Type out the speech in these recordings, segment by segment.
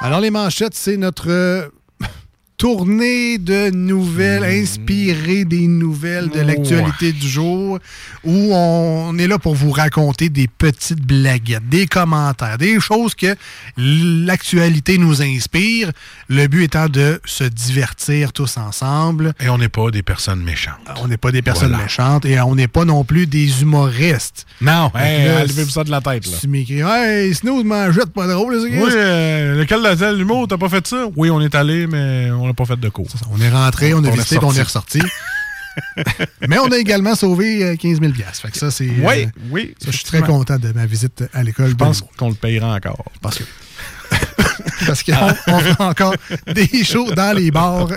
Alors, les manchettes, c'est notre euh, tournée de nouvelles Mm-hmm. inspirée des nouvelles de l'actualité du jour où on est là pour vous raconter des petites blaguettes, des commentaires, des choses que l'actualité nous inspire. Le but étant de se divertir tous ensemble. Et on n'est pas des personnes méchantes. Ah, On n'est pas des personnes Voilà. méchantes et on n'est pas non plus des humoristes. Non, hey, là, enlevez-vous ça de la tête. Là. Si tu m'écris, hey, Snooze, manchette, pas drôle, c'est Oui, euh, lequel de l'humour, l'humour, t'as pas fait ça? Oui, on est allé, mais on n'a pas fait de cours. On est rentré, on a On est visité, puis on est ressorti. Mais on a également sauvé euh, 15 000 Fait que ça, c'est. euh, Oui, oui. ça, je suis très content de ma visite à l'école. Je pense qu'on le payera encore. Parce que. Parce qu'on on fait encore des shows dans les bars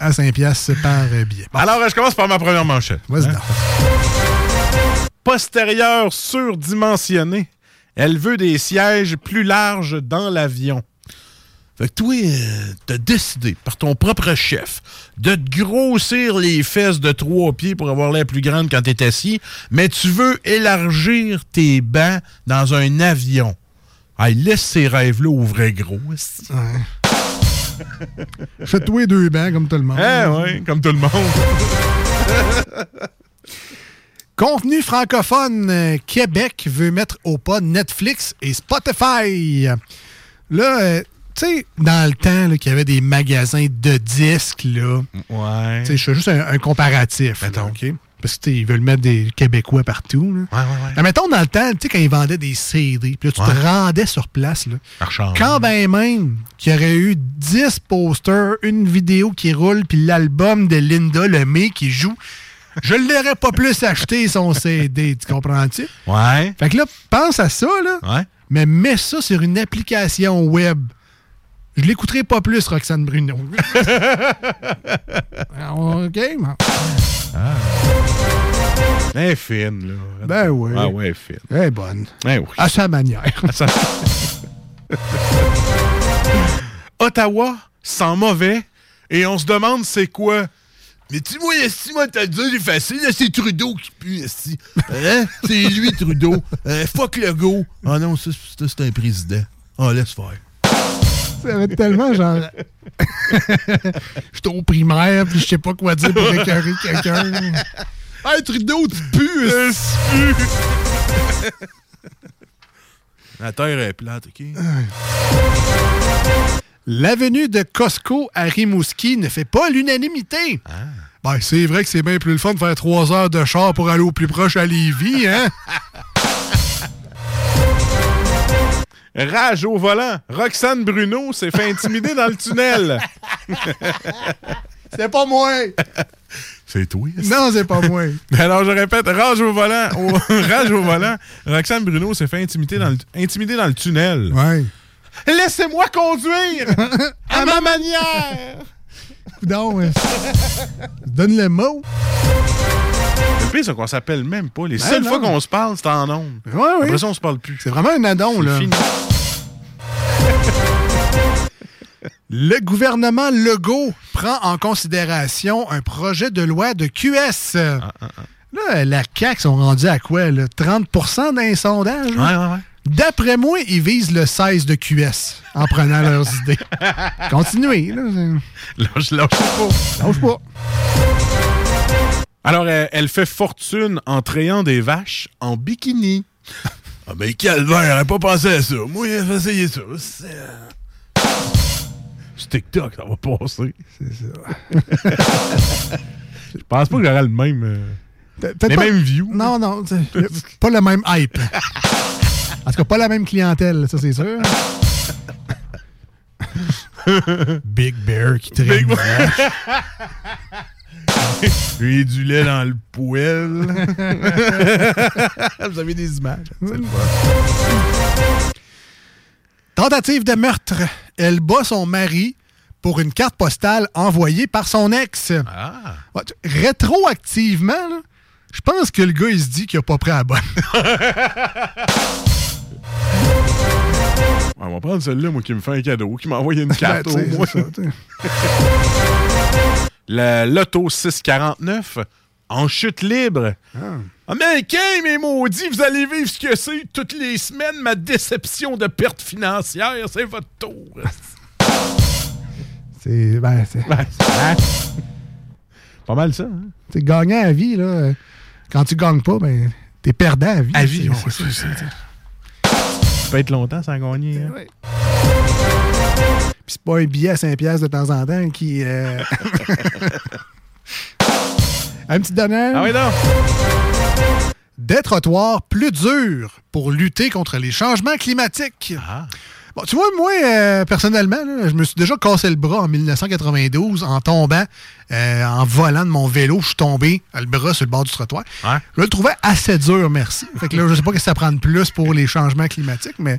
à 5 piastres par billet. Bon, Alors, je commence par ma première manchette. vas-y Hein? donc. Postérieure surdimensionnée. Elle veut des sièges plus larges dans l'avion. Fait que toi, euh, t'as décidé par ton propre chef de te grossir les fesses de trois pieds pour avoir l'air plus grande quand t'es assis, mais tu veux élargir tes bancs dans un avion. Hey, laisse ces rêves-là au vrai gros. esti. Fais-toi deux bains comme tout le monde. Hein, ouais, comme tout le monde. Contenu francophone, euh, Québec veut mettre au pas Netflix et Spotify. Là, euh, tu sais, dans le temps là, qu'il y avait des magasins de disques, Mm. là. Ouais. Tu sais, je fais juste un, un comparatif. là, OK? Parce que tu sais, ils veulent mettre des Québécois partout. là. Ouais, ouais, ouais. Mais mettons, dans le temps, tu sais, quand ils vendaient des CD, puis là, tu te Ouais. rendais sur place. Là, Marchand. quand ben même qu'il y aurait eu 10 posters, une vidéo qui roule, puis l'album de Linda Lemay qui joue, je ne l'aurais pas plus acheté son CD, tu comprends-tu? Ouais. Fait que là, pense à ça, là, Ouais. mais mets ça sur une application web. Je l'écouterai pas plus, Roxane Bruno. Ah, OK, ben, Elle est fine, là. Ben oui. Ah ouais, elle est fine. elle est bonne. Ben oui. À sa manière. Ça- Ottawa sent mauvais et on se demande c'est quoi. Mais tu moi, si moi t'as dit c'est facile, là, c'est Trudeau qui pue, esti. Hein? C'est lui Trudeau. Euh, fuck le go. Ah non, ça, c'est- ça, c'est un président. Ah, laisse faire. Ça va être tellement genre. J'étais au primaire, puis je sais pas quoi dire pour écœurer quelqu'un. Hey Trudeau, tu pues! La terre est plate, ok? L'avenue de Costco à Rimouski ne fait pas l'unanimité. Ben, c'est vrai que c'est bien plus le fun de faire trois heures de char pour aller au plus proche à Lévis, hein? Rage au volant. Roxane Bruno s'est fait intimider dans le tunnel. C'est pas moi! C'est toi, esti. Non, c'est pas moi. Alors, je répète, rage au volant. au- rage au volant. Roxane Bruno s'est fait intimider dans le, intimider dans le tunnel. Ouais. Laissez-moi conduire à ma manière. Coudon, hein. Donne le mot. Le pire, c'est qu'on s'appelle même pas. Les seules non. fois qu'on se parle, c'est en ondes. Ouais, oui. Après ça, on se parle plus. C'est vraiment un addon, là. Fini. Le gouvernement Ah, Legault prend en considération un projet de loi de QS. Là, la CAQ sont rendus à quoi? Là? 30 d'un sondage? là? ouais, ouais. D'après moi, ils visent le 16 de QS en prenant leurs idées. Continuez. Là. Lâche, lâche pas. Lâche pas. Alors, elle, elle fait fortune en trayant des vaches en bikini. ah, ben, Calvin, j'aurais pas pensé à ça. Moi, j'ai essayé ça. euh, C'est- C'est TikTok, ça va passer. C'est ça. Je pense pas que j'aurais le même. euh, Pe- peut-être Les pas- mêmes views. Non, non. t'sais, Pas le même hype. En tout cas, pas la même clientèle, ça, c'est sûr. Big Bear qui traîne. Big J'ai du lait dans le poêle. Vous avez des images. Tentative de meurtre. Elle bat son mari pour une carte postale envoyée par son ex. Ah. Ouais, tu- Rétroactivement, là, je pense que le gars, il se dit qu'il n'a pas pris la bonne. On va prendre celle-là, moi, qui me fait un cadeau, qui m'a envoyé une carte Ben, au tu sais, moins. c'est ça, tu sais. La Lotto 649 en chute libre. Ah, mais quand, mes maudits, vous allez vivre ce que c'est toutes les semaines, ma déception de perte financière, c'est votre tour. C'est ben, c'est- Pas mal ça, hein? c'est gagnant à vie. Là. euh, Quand tu gagnes pas, ben, t'es perdant à vie. À vie, C'est- ouais, c'est- c'est c'est- Ça peut être longtemps sans gagner. hein? Puis c'est pas un billet à 5 piastres de temps en temps qui... euh, un petit dernier. Ah oui, non! Des trottoirs plus durs pour lutter contre les changements climatiques. Ah. Bon, tu vois, moi, euh, personnellement, là, je me suis déjà cassé le bras en 1992 en tombant, euh, en volant de mon vélo. Je suis tombé, euh, le bras sur le bord du trottoir. Ouais. Je le trouvais assez dur, merci. Fait que là, je sais pas que ça prend de plus pour les changements climatiques, mais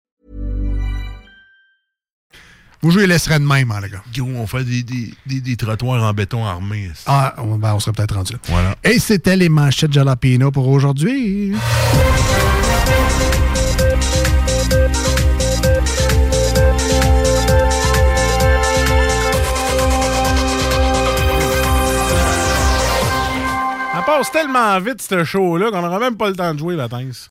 vous, je les laisserais de même, hein, les gars. Guillaume, on fait des, des- des- des trottoirs en béton armé. c'est- Ah, on, ben, on serait peut-être rendu là. Voilà. Et c'était les manchettes Jalapeno pour aujourd'hui. Ça passe tellement vite, ce show-là, qu'on n'aura même pas le temps de jouer, la tince.